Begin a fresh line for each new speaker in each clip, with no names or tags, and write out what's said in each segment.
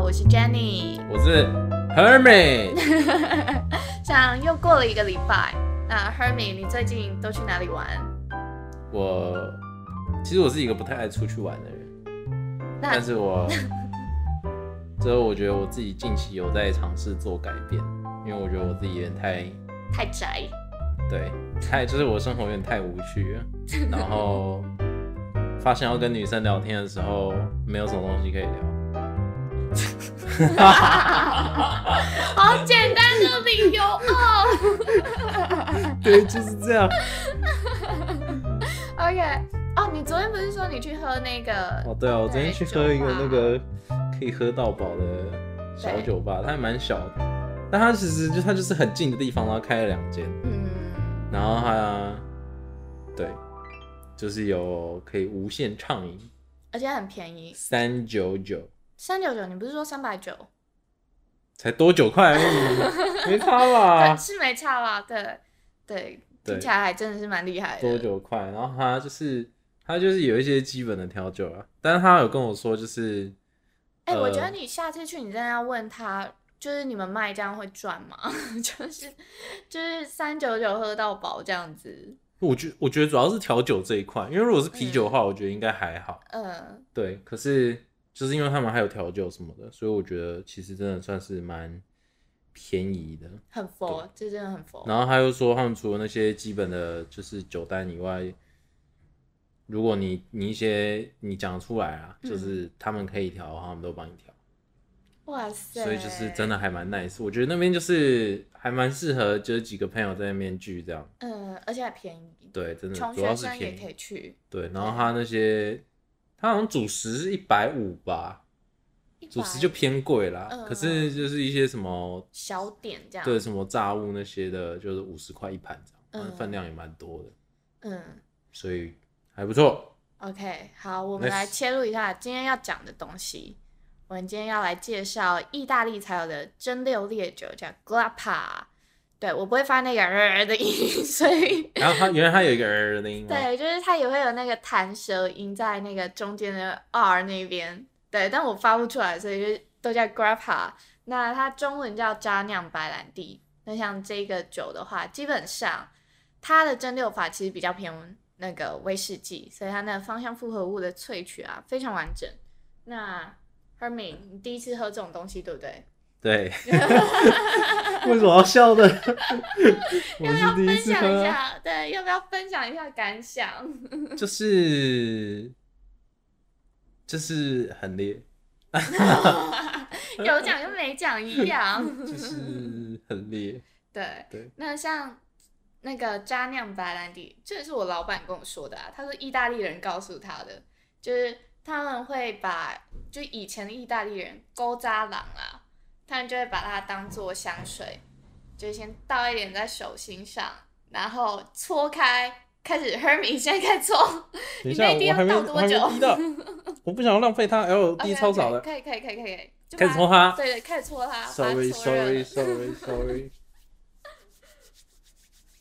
我是 Jenny。
我是 Herman，
像又过了一个礼拜，那 Hermy，你最近都去哪里玩？
我其实我是一个不太爱出去玩的人，
那
但是我之后我觉得我自己近期有在尝试做改变，因为我觉得我自己有点太
太宅，
对太就是我生活有点太无趣了，然后发现要跟女生聊天的时候没有什么东西可以聊，
好简单的理由哦。
对，就是这样。
OK，哦，你昨天不是说你去喝那个？
哦，对啊，我昨天去喝一个那个可以喝到饱的小
对
酒吧，它还蛮小的，但它其实就它就是很近的地方，然后开了两间，
嗯，
然后它对，就是有可以无限畅饮
而且很便宜，
三九九，
三九九，你不是说三百九？
才多九块而已，没差
但
吧？
是没差啦，对对，
啊对
听起来还真的是蛮厉害
多
的。
九块，然后它就是它就是有一些基本的调酒啊，但是他有跟我说就是，
哎、我觉
呃
得你下次去，你真的要问他，就是你们卖这样会赚吗？ 就是就是三九九喝到饱这样子，
我觉我觉得主要是调酒这一块，因为如果是啤酒的话，我觉得应该还好。
嗯、
对，可是就是因为他们还有调酒什么的，所以我觉得其实真的算是蛮便宜的。
很佛，这真的很佛。
然后他又说，他们除了那些基本的就是酒单以外，如果你你一些你讲得出来啊，
嗯
就是他们可以调的话，他们都帮你调，
哇塞！
所以就是真，的还蛮 nice。我觉得那边就是还蛮适合，就是几个朋友在那边聚这样。
嗯、而且还便宜。
对，真的
穷
主要
学
是
生也
便
可以
宜。
去，
对，然后他那些他好像主食是一百五吧，主食就
100
偏贵啦。
嗯
可是就是一些什么
小点这样。
对，什么炸物那些的，就是五十块一盘这样，反
嗯
正分量也蛮多的，
嗯
所以还不错。
，OK，好，我们
Next
来切入一下今天要讲的东西。我们今天要来介绍意大利才有的蒸馏烈酒，叫 Grappa。对我不会发那个 r 的音，所以
然后它原来它有一个儿的音吗？
对，就是它也会有那个弹舌音在那个中间的 r 那边。对，但我发不出来，所以就都叫 grappa。那它中文叫渣酿白兰地。那像这个酒的话，基本上它的蒸馏法其实比较偏那个威士忌，所以它那个芳香复合物的萃取啊非常完整。那 Hermin，你第一次喝这种东西对不对？
对， 为什么要笑的？我
要不要
是第
分
一次
享一
喝啊，
下？对，要不要分享一下感 想？
就是就是很烈，
有讲跟没讲一样。
就是很烈。
对
对
那像那个渣酿白兰地，这也是我老板跟我说的啊，他说意大利人告诉他的，就是他们会把就以前的意大利人勾渣郎啊，他们就会把它当做香水，就先倒一点在手心上，然后搓开。开始，Hermy 现在开始 搓，
等 一
你
下，
那一定
我
要
还没
倒
我
多
还没
久
滴到，我不想要浪费哎它 L D 超少
o
的，
可以可以可以可以可以，就
开始
把
搓它
对对，开始搓它，把它搓
Sorry
热
Sorry
了
Sorry Sorry。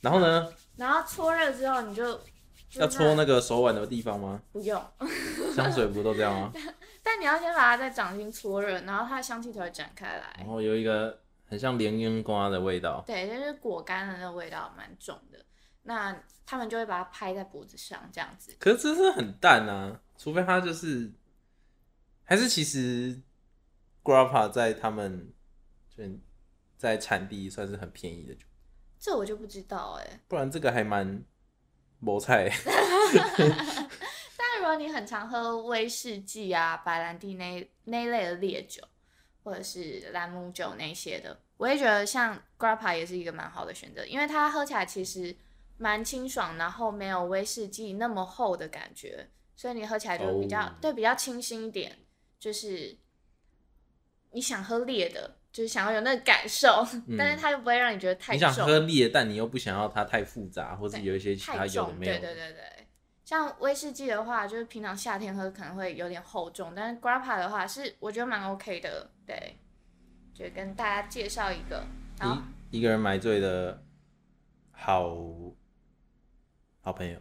然后呢，
然后搓热之后你就
要搓那个手腕的地方吗？
不用，
香水不都这样吗？
但你要先把它在掌心搓热，然后它的香气才会展开来
然。后有一个很像莲烟瓜的味道，
对，就是果干的那个味道蛮重的。那他们就会把它拍在脖子上，这样子。
可是这是很淡啊，除非它就是，还是其实 Grappa 在他们就在产地算是很便宜的酒，
这我就不知道哎、
不然这个还蛮谋 菜。
但如果你很常喝威士忌啊、白兰地那那一类的烈酒，或者是兰姆酒那些的，我也觉得像 Grappa 也是一个蛮好的选择，因为它喝起来其实蛮清爽，然后没有威士忌那么厚的感觉，所以你喝起来就会比较、
哦
对比较清新一点，就是你想喝烈的，就是想要有那个感受，
嗯
但是它又不会让你觉得太
你
重。
想喝烈，但你又不想要它太复杂，或是有一些其他
太
有
重
的，没有
对
的。
对对对。像威士忌的话，就是平常夏天喝可能会有点厚重，但是 Grappa 的话是我觉得蛮 OK 的，对，就跟大家介绍一个。好，
一一个人买醉的好好朋友，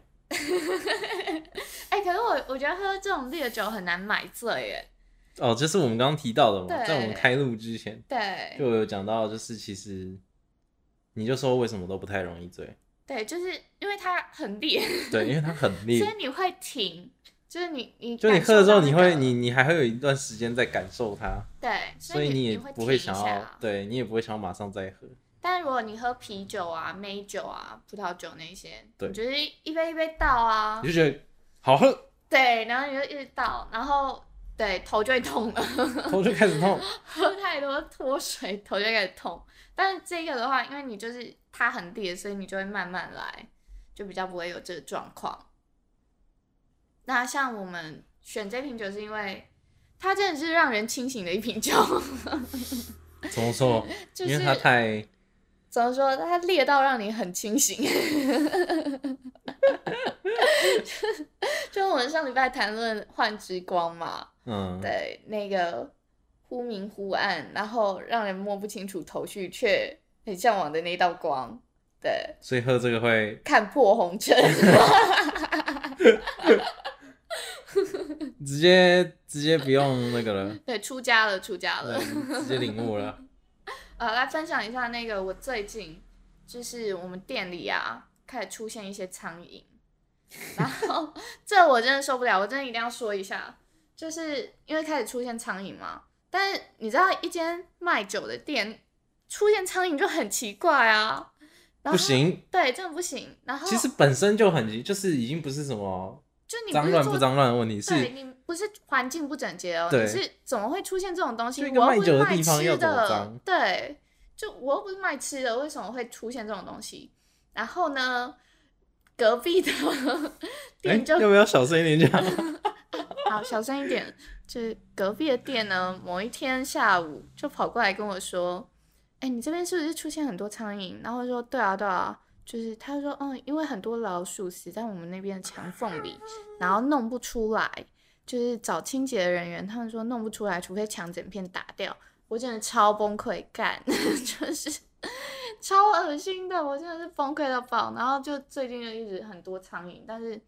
哎、可是我我觉得喝这种烈酒很难买醉耶，
哦，就是我们刚刚提到的嘛，
对
在我们开录之前
对
就有讲到，就是其实你就说为什么都不太容易醉，
对，就是因为它很烈，
对，因为 它很烈
所，以你会停，就是你你
就你
感受
喝了之后，
到
你
那
会
个
你你还会有一段时间在感受它，
对，
所
以
以
你
也
会
不会
停
想
一
要
下，。哦
对你也不会想要马上再喝，
但如果你喝啤酒啊、美酒啊、葡萄酒那些，
对
你就是一杯一杯倒啊
你，就觉得好喝，
对，然后你就一直倒，然后对头就会痛了，
头就开始痛，
喝太多脱水头就会开始痛。但是这个的话，因为你就是它很烈，所以你就会慢慢来，就比较不会有这个状况。那像我们选这瓶酒是因为它真的是让人清醒的一瓶酒，
怎么说？
就
因
是
为它太
怎么说？它烈到让你很清醒。 就我们上礼拜谈论《幻之光》嘛，
嗯，
对，那个忽明忽暗，然后让人摸不清楚头绪，却很向往的那道光。对，
所以喝这个会
看破红 尘。
直接直接不用那个了，嗯
对，出家了，出家了。
对直接领 悟了。
呃，来分享一下那个我最近就是我们店里啊开始出现一些苍蝇，然后这我真的受不了，我真的一定要说一下，就是因为开始出现苍蝇嘛。但是你知道，一间卖酒的店出现苍蝇就很奇怪啊，然后哦
不，行，
对，真的不行。然后
其实本身就很就是已经不是什么
就你不
脏
是
乱不
做，
脏乱的问题，
对
是
你不是环境不整洁哦，
对
你是怎么会出现这种东西？
就
我
一个
又不是
卖酒的
卖
地方要
吃
怎么
的
脏，
对，就我又不是卖吃的，为什么会出现这种东西？然后呢，隔壁 的
哎，
店就、
要不要小声一点讲？
好小声一点，就是隔壁的店呢，某一天下午就跑过来跟我说：“哎、你这边是不是出现很多苍蝇？”然后我说：“对啊，对啊。”就是他就说：“嗯，因为很多老鼠死在我们那边的墙缝里，然后弄不出来。就是找清洁的人员，他们说弄不出来，除非墙整片打掉。”我真的超崩溃，干， 就是超恶心的，我真的是崩溃到爆。然后就最近就一直很多苍蝇，但是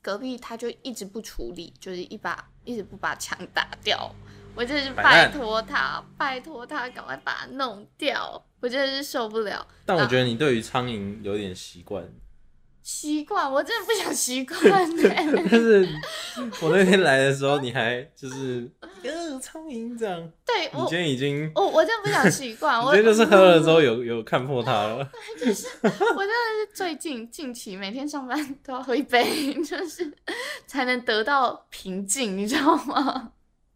隔壁他就一直不处理，就是一把一直不把墙打掉。我真的是
摆
拜
烂
托他，拜托他赶快把它弄掉，我真的是受不了。
但我觉得你对于苍蝇有点习惯，
习惯，我真的不想习惯欸呢、
但是我那天来的时候，你还就是呃苍蝇这样，
对
你
我
今，天已经，你
我我真的不想习 惯。
今
我
天就是喝了之后有有看破它了，
我真的是最近近期每天上班都要喝一杯，就是才能得到平静，你知道吗？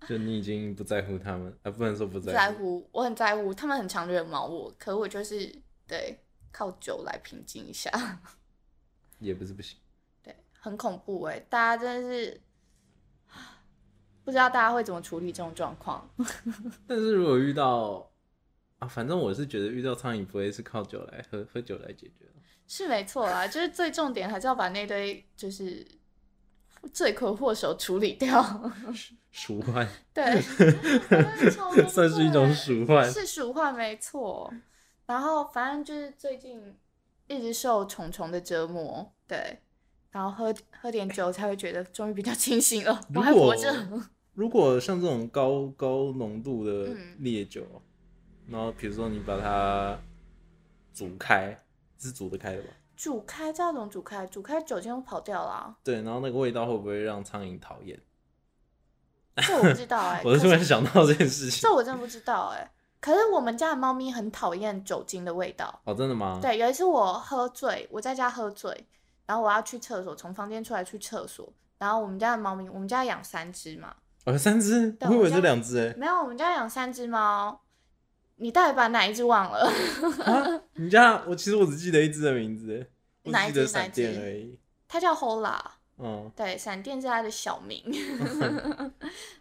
就你已经不在乎它们，啊，不能说不
不在
在乎，
乎，我很在乎，他们很常惹毛我，可我就是对靠酒来平静一下，
也不是不行。
对，很恐怖哎、大家真的是 不知道大家会怎么处理这种状况。
但是如果遇到啊，反正我是觉得遇到苍蝇不会是靠酒来喝喝酒来解决的，
是没错啦，就是最重点还是要把那堆就是罪魁祸首处理掉。
鼠患
对，超崩溃
算是一种鼠患。
是鼠患没错。然后反正就是最近一直受虫虫的折磨，对，然后喝喝点酒才会觉得终于比较清醒了，我
如
还
果
活着。
如果像这种高高浓度的
嗯
烈酒，然后比如说你把它煮开，是煮得开的吧？
煮开这种煮开，煮开酒精都跑掉啊啦、
对，然后那个味道会不会让苍蝇讨厌？
这我不知道哎、
我是突
可
然想到这件事情
这。我真的不知道哎、可是我们家的猫咪很讨厌酒精的味道。
哦，真的吗？，
对，有一次我喝醉，我在家喝醉，然后我要去厕所，从房间出来去厕所，然后我们家的猫咪，我们家养三只嘛，
哦，有三只，
对
我以
我
为
家
是两只诶。
没有，我们家养三只猫，你到底把哪一只忘了？
啊，你家我其实我只记得一只的名字诶，我
哪
只
一
记
只
得
哪一
闪电
只
而已。
它叫 Hola，
嗯，
对，闪电是它的小名，
哦，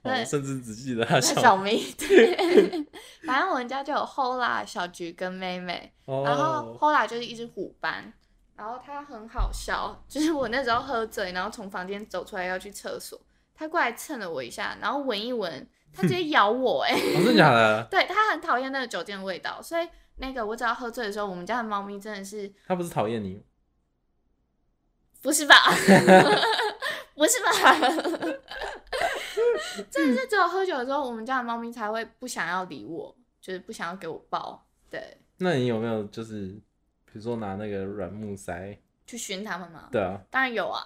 对
甚至只记得它
它
小
小名，对，反正我们家就有 Hola、小菊跟妹妹，然后
哦，
Hola 就是一只虎斑。然后它很好笑，就是我那时候喝醉，然后从房间走出来要去厕所，它过来蹭了我一下，然后闻一闻，它直接咬我、哎，
哦真的假的？
对，它很讨厌那个酒精的味道，所以那个我只要喝醉的时候，我们家的猫咪真的是
它不是讨厌你，
不是吧？不是吧？真的是只有喝酒的时候，我们家的猫咪才会不想要理我，就是不想要给我抱，对，
那你有没有就是，比如说拿那个软木塞？
去熏它们嘛。
对啊，
当然有啊，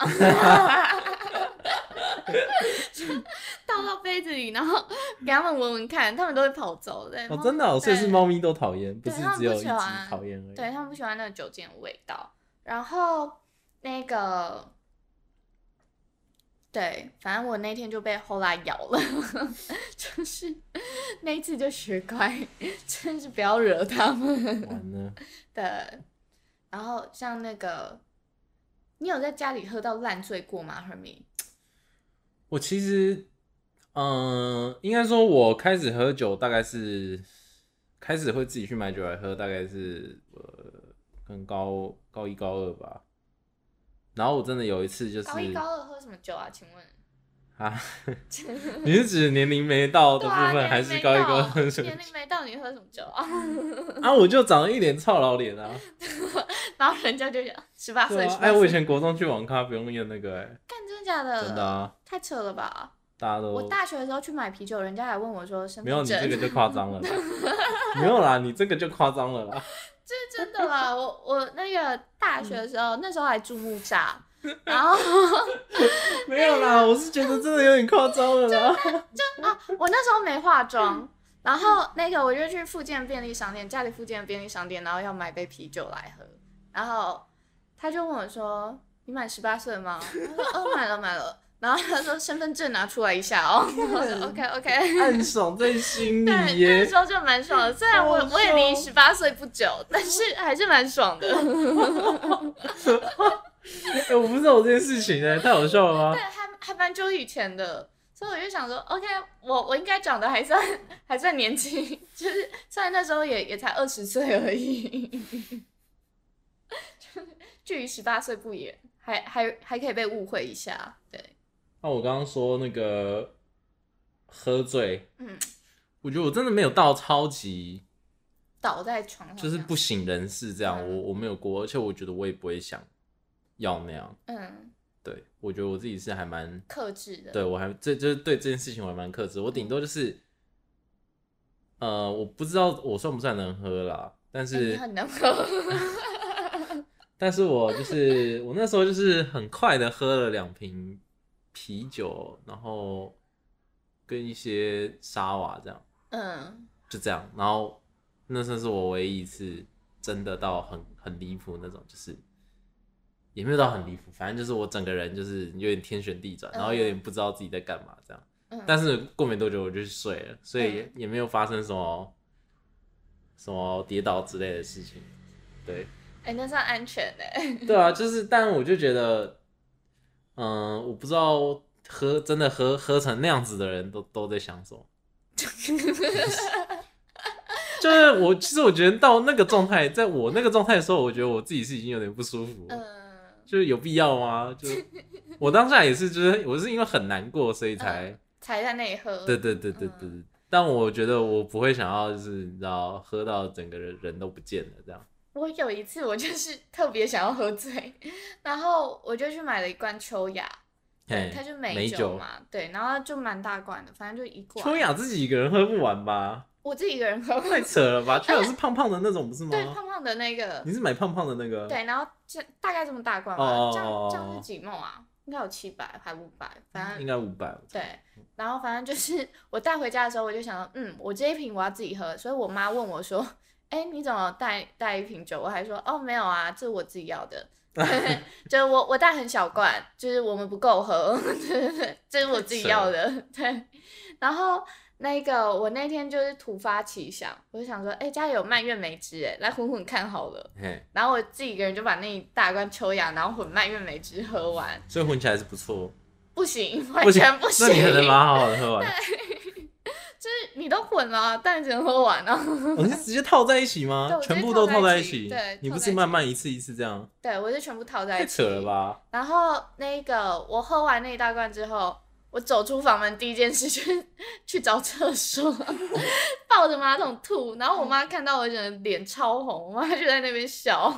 倒到杯子里，然后给它们闻闻看，它们都会跑走对，
哦，
猫
真的、哦，所以是
对
猫咪都讨厌，不
对
是
它们
只有
不
一
喜
只
欢
讨厌而已。
对他们不喜欢那个酒精的味道。然后那个，对，反正我那天就被后来咬了， 就是那一次就学乖，真是不要惹他们
完了，
的。然后像那个，你有在家里喝到烂醉过吗，Hermy？
我其实，嗯、应该说，我开始喝酒大概是开始会自己去买酒来喝，大概是呃，跟高高一高二吧。然后我真的有一次就是
高一高二喝什么酒啊？请问？
啊，你是指年龄没到的
对
部
啊，
分，还
年龄
是
没
高一高
到，
二什么
年龄没到，你喝什么酒啊？
啊？我就长了一脸操劳脸啊！
然后人家就讲十八
对
岁，
啊，
18
哎，我
岁
以前国中去网咖不用验那个、哎，
干真的假
真的啊，
太扯了吧！
大家都
呃我大学的时候去买啤酒，人家还问我说身
没有
份
你这
证，
个就夸张了啦， 没有啦，你这个就夸张了啦。
这是 真的啦。我我那个大学的时候，那时候还住木 栅，然后
没有啦，我是觉得真的有点夸张了啦。
啊， 我那时候没化妆，然后那个我就去附近的便利商店，家里附近的便利商店，然后要买杯啤酒来喝，然后他就问我说：“你满十八岁吗？”我说：“ 哦，买了买了。”然后他说：“身份证拿出来一下哦。”我说：“OK OK。”
暗爽在心
对，
里
那个
耶
时，候就蛮爽的。虽然我
好
我也离
爽
十八岁不久，但是还是蛮爽的。
哎，我不知道我这件事情哎，太好笑了
对，
吗？
还还蛮久以前的，所以我就想说，OK，我我应该长得还算还算年轻，就是虽然那时候也也才二十岁而已，就是距离十八岁不远，还还还可以被误会一下。对，
那我刚刚说那个喝醉，
嗯，
我觉得我真的没有到超级，
倒在床上
就是
这样
不省人事这样，
嗯
我我没有过，而且我觉得我也不会想要那样。
嗯
对，我觉得我自己是还蛮
克制的。
对我还这就是对这件事情我还蛮克制，我顶
嗯
多就是，呃，我不知道我算不算能喝啦，但
哎，
是、
你很能喝，
但是我就是我那时候就是很快的喝了两瓶啤酒，然后跟一些沙瓦这样，
嗯，
就这样，然后那算是我唯一一次真的到很很离谱那种，就是。也没有到很离谱，反正就是我整个人就是有点天旋地转，然后有点不知道自己在干嘛这样。
嗯
但是过没多久我就去睡了，所以
嗯
也没有发生什么什么跌倒之类的事情。 对，
哎、那算安全的、
对啊，就是，但我就觉得，嗯、我不知道喝真的喝喝成那样子的人都都在想什么。 就是我，其实我觉得到那个状态，在我那个状态的时候，我觉得我自己是已经有点不舒服了。
嗯，
就是有必要吗？ 就我当下也是，就是我是因为很难过，所以才、
才在那里喝。
对对对对对。
嗯
但我觉得我不会想要，就是你知道，喝到整个人人都不见了这样。
我有一次，我就是 特别想要喝醉，然后我就去买了一罐秋雅，
嘿，
它就
美
酒嘛，对，然后就蛮大罐的，反正就一罐。
秋雅自己一个人喝不完吧？
我自己一个人喝，
太扯了 吧！秋雅是胖胖的那种，不是
啊对，
吗？
胖胖的那个，
你是买胖胖的那个？
对，然后这大概这么大罐
哦
吧，这样这样是几梦啊？应该有七百还五百，反正
应该五百。
对。然后反正就是 我带回家的时候，我就想说，嗯，我这一瓶我要自己喝，所以我妈问我说，哎，你怎么带带一瓶酒？我还说，哦，没有啊，这是我自己要 的。就是我我带很小罐，就是我们不够喝， 这是我自己要的。对，然后那个我那天就是突发奇想，我就想说，哎、家里有蔓越莓汁，哎，来混混看好了。
嘿，
然后我自己一个人就把那一大罐秋雅，然后混蔓越莓汁喝完，
所以混起来是不错，
不行，
不
完
行
全 不
那你可能
行
把它好好的喝完。
就是你都混了，当然只能喝完了、啊
我是直接套在一起
对
吗？
我直接
全部都
套
套
在
在
一
一
起
起
对？
你不
套在一
是
起
慢慢一次一次 这样？
对，我就全部套在
太
一起。
扯了吧！
然后那个我喝完那一大罐之后，我走出房门第一件事就是 去找厕所， 抱着马桶吐。然后我妈看到我整个脸超红，我妈就在那边笑，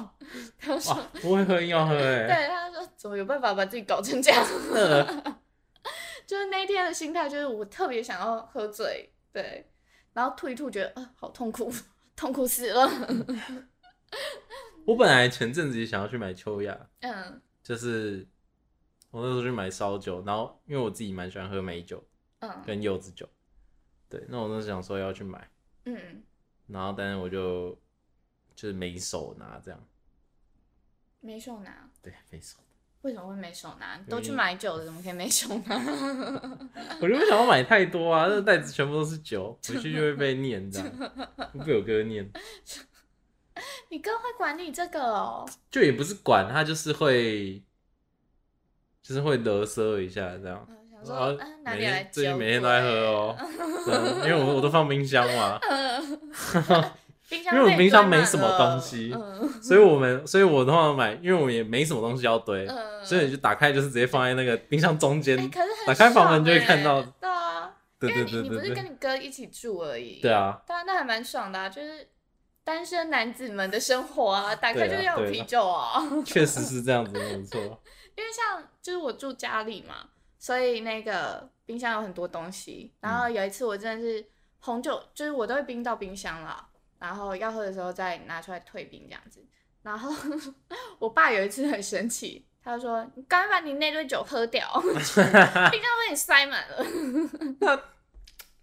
她说
哇，不会喝硬要喝：“哎、 啊
对，她说怎么有办法把自己搞成这样？”
真的
就是那一天的心态就是我特别想要喝醉，对，然后吐一吐觉得啊、好痛苦， 痛苦死了，
我本来前阵子也想要去买秋雅，
嗯
就是我那时候去买烧酒，然后因为我自己蛮喜欢喝美酒
嗯
跟柚子酒，对，那我那时候想说要去买，
嗯，
然后但是我就就是没手拿这样，
没手拿，
对，没手，
为什么会没手拿？
为
都去买酒了，怎么可以没手拿？
我就不想要买太多啊，那个袋子全部都是酒，回去就会被念 这样，会被我哥念，
你哥会管你这个哦，
就也不是管他，就是会就是会得瑟一下这样。
嗯想
然
说
后
啊哪
每
里来
天最近
酒
每天
鬼
都在喝 哦，对啊因为我我都放冰箱嘛，
冰箱
哦因为我
被
冰箱
堆
没什么
满了
东西
嗯
所以我们，所以我通常买，因为我们也没什么东西要堆，
嗯，
所以你就打开就是直接放在那个冰箱中间。
哎可是很
打开房
爽
门就会
哎
看到
对啊，
对
因为
对
你
对
你不
对
是
对，
跟你哥一起住而已，
对，啊，
对啊，那还蛮爽的、啊，就是单身男子们的生活啊，打开
对啊
就要有
对
啤
啊
酒啊。
确实是这样子，没错。
因为像就是我住家里嘛，所以那个冰箱有很多东西。然
嗯
后有一次我真的是红酒，就是我都会冰到冰箱啦，然后要喝的时候再拿出来退冰这样子。然后 我爸有一次很生气，他就说：“你赶快把你那堆酒喝 掉，冰箱被你塞满了。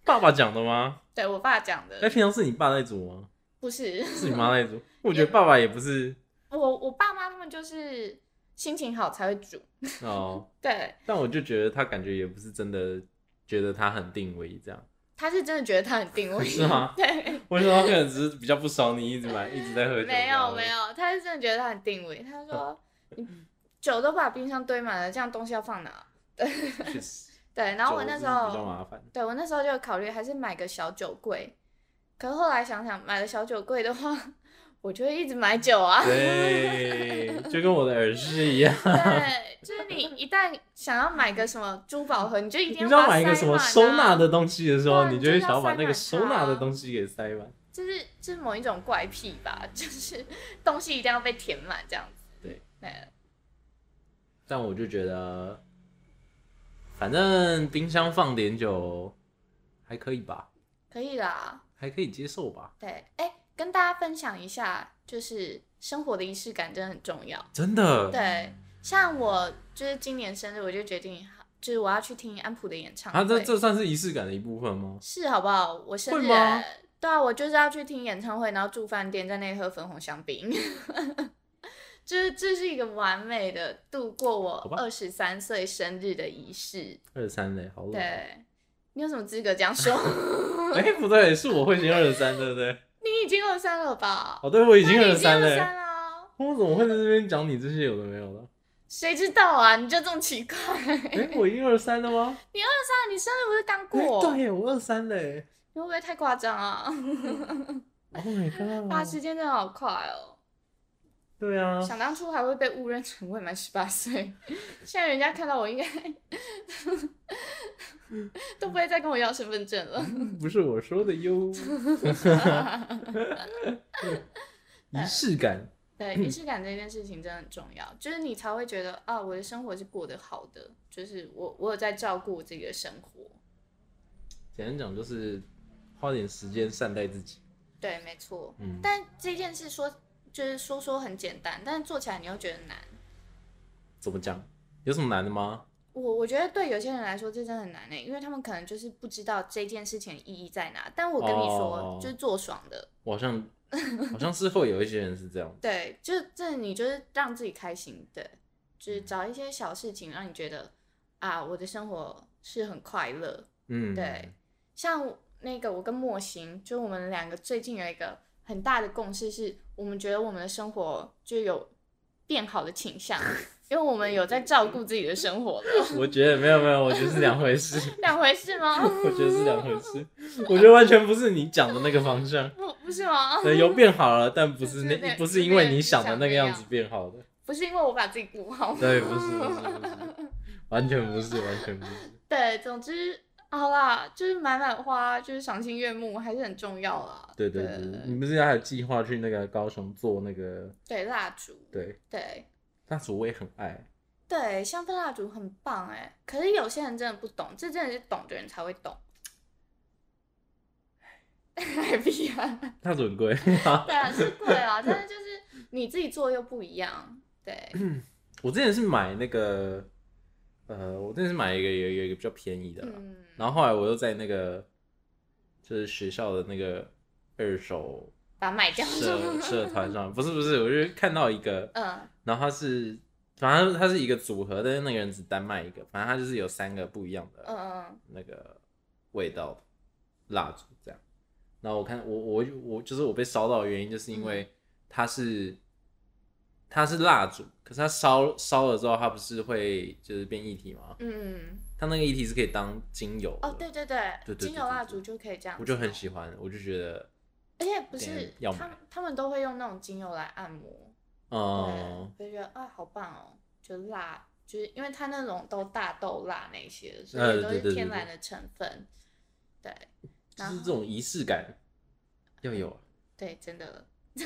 爸爸讲的吗？
对”我爸讲
哎，
的，
平常是你爸在煮吗？
不是
是你妈在 煮？我觉得爸爸也不是
我，我爸妈他们就是心情好才会煮，
哦，
对，
但我就觉得他感觉也不是真的觉得他很定位这样。
他是真的觉得他很定位，
是 吗
对。
我想他可能只是比较不爽你一直买，一直在喝酒。哦
没有没
有，
有，他是真的觉得他很定位。他说：“你酒都把冰箱堆满了，这样东西要放哪
确实。？”
对，然后我那时
酒是比较
候，
麻烦，
对我那时候就考虑还是买个小酒柜。可是后来想想，买了小酒柜的话，我就会一直买酒啊。
对，就跟我的耳饰 一样。
对，就是你一旦想要买个什么珠宝盒，你就一
你
定
知道
要
买一个什么收纳的东西的时候，
对啊
你
你
就
就是
会想要
要
把那个
塞
收
满它
纳的东西给塞满。
就是就是某一种怪癖吧，就是东西一定要被填满这样子。
对
对，
但我就觉得，反正冰箱放点酒还可以吧，
可以啦。
还可以接受吧。
对，哎，跟大家分享一下，就是生活的仪式感真的很重要。
真的，
对，像我就是今年生日，我就决定，就是我要去听安普的演唱会。
啊，这这算是仪式感的一部分吗？
是好不好？我生日
会吗
耶，对啊，我就是要去听演唱会，然后住饭店，在那里喝粉红香槟。 这这是一个完美的度过我
好吧
二十三岁生日的仪式。
二十三嘞，好冷。哎、
对，你有什么资格这样说？
不对，是我会先二十三，对不对？
你已经二三了吧？
哦，对，我已
已
经二十三欸
了
嘞。
啊。
我怎么会在这边讲你这些有的没 有的？
谁知道啊？你就这么奇怪？
哎、我已经二十三了吗？
那你生日不是刚
哎
过？
对耶，哦我二十三嘞。
你会不会太夸张啊？
Oh my
啊，
god！
时间真的好快哦！
对啊，
想当初还会被误认成未满十八岁， 现在人家看到我应该
嗯
都不会再跟我要身份证了。
不是我说的哟。仪式感，
对，仪式感这件事情真的很重要，就是你才会觉得啊，我的生活是过得好的，就是我我有在照顾我自己的生活。
简单讲就是花点时间善待自己。
对，没错。
嗯，
但这件事说就是说说很简单，但是做起来你又觉得难。
怎么讲？有什么难的吗？
我我觉得对有些人来说这真的很难呢、因为他们可能就是不知道这件事情的意义在哪。但我跟你说，
哦
就是做爽的，
我好像好像是会有一些人是这样，
对，就是这你就是让自己开心，对，
嗯
就是找一些小事情让你觉得啊，我的生活是很快乐。
嗯，
对，像那个我跟莫行，就我们两个最近有一个很大的共识是，我们觉得我们的生活就有变好的倾向，因为我们有在照顾自己的生活了，
我觉得没有没有，我觉得是两回事，
两回事吗？
我觉得是两回事， 我觉得完全不是你讲的那个方向。
不不是吗？
对，呃有变好了，但不是
是
那
那
不是因为你想的那个
是那
样
样
子变好的，
不是因为我把自己顾好。
对，不是不是不 是，完全不是完全不是。
对，总之好啦，就是买买花，就是赏心悦目，还是很重要啦。
对对对，你不是还有计划去那个高雄做那个？
对蜡烛，
对，
对
那组我也很爱，
对，香氛蜡烛很棒哎，可是有些人真的不懂，这真的是懂的人才会懂。 哎屁啊！
蜡烛很贵。
对啊，是贵啊，但是就是你自己做又不一样。对，
嗯我之前是买那个，呃，我之前是买一个有有一个比较便宜的啦，
嗯，
然后后来我又在那个就是学校的那个二手
把它卖掉。
社社团上，不是不是，我就看到一个，
嗯
然后它是反正它是一个组合，但是那个人只单卖一个，反正它就是有三个不一样的
嗯嗯
那个味道的蜡烛这样。然后我看我我我就是我被烧到的原因，就是
嗯
因为它是、它是蜡烛，可是它烧烧了之后，它不是会就是变液体吗？
嗯，
它那个液体是可以当精油的
哦，对对对，
对对对
精油蜡烛就可以这样。
我就很，喜欢，我就觉得，
而且不是
点要买
他们他们都会用那种精油来按摩，
嗯，
对，就觉得啊好棒哦，就辣。就是因为它那种都大豆蜡那些，所
呃
以都
对对
是
对
天然
对
的成分。对
就
然
是
后
这种仪式感要有啊。
对，真的。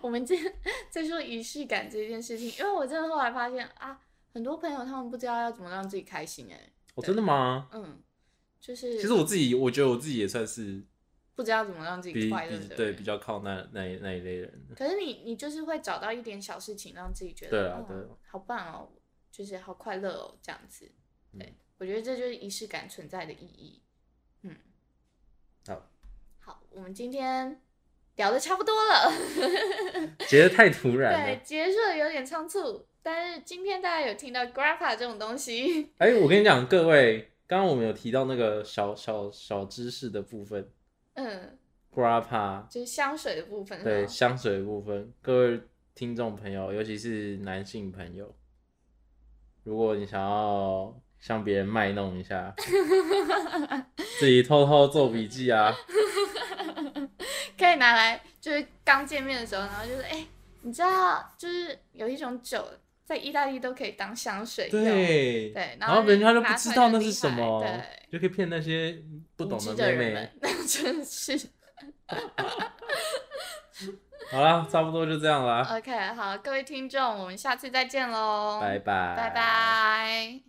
我们今天在说仪式感这件事情，因为我真的后来发现啊，很多朋友他们不知道要怎么让自己开心哎、
哦，真的吗？
嗯，就是
其实我自己，我觉得我自己也算是
不知道怎么让自己
比
快乐的
比
人
对比较靠那那一那一类人的。
可是你你就是会找到一点小事情让自己觉得
对啊
哦
对啊
好棒哦，就是好快乐哦这样子。对、
嗯
我觉得这就是仪式感存在的意义。嗯，
好，
好，我们今天聊的差不多 了。
觉得太突然
对
了。，
结束的有点仓促，但是今天大家有听到 grappa 这种东西，
哎、我跟你讲，各位，刚刚我们有提到那个小小小知识的部分
嗯，
，grappa，
就是香水的部分，哦
对
是吗
香水的部分，各位听众朋友，尤其是男性朋友，如果你想要向别人卖弄一 下，自己偷偷做笔记 啊，
可以拿来，就是刚见面的时候，然后就是哎、你知道，就是有一种酒在意大利都可以当香水用，
对，
对，
然后别人他就
拿
不
出
知
来
道
就
那
厉
是什
害
么
对，，
就可以骗那些不懂
无知
妹
的人
妹
们。， 那真是
好啦，差不多就这样啦，
OK。好，各位听众，我们下次再见喽，
拜拜，
拜。拜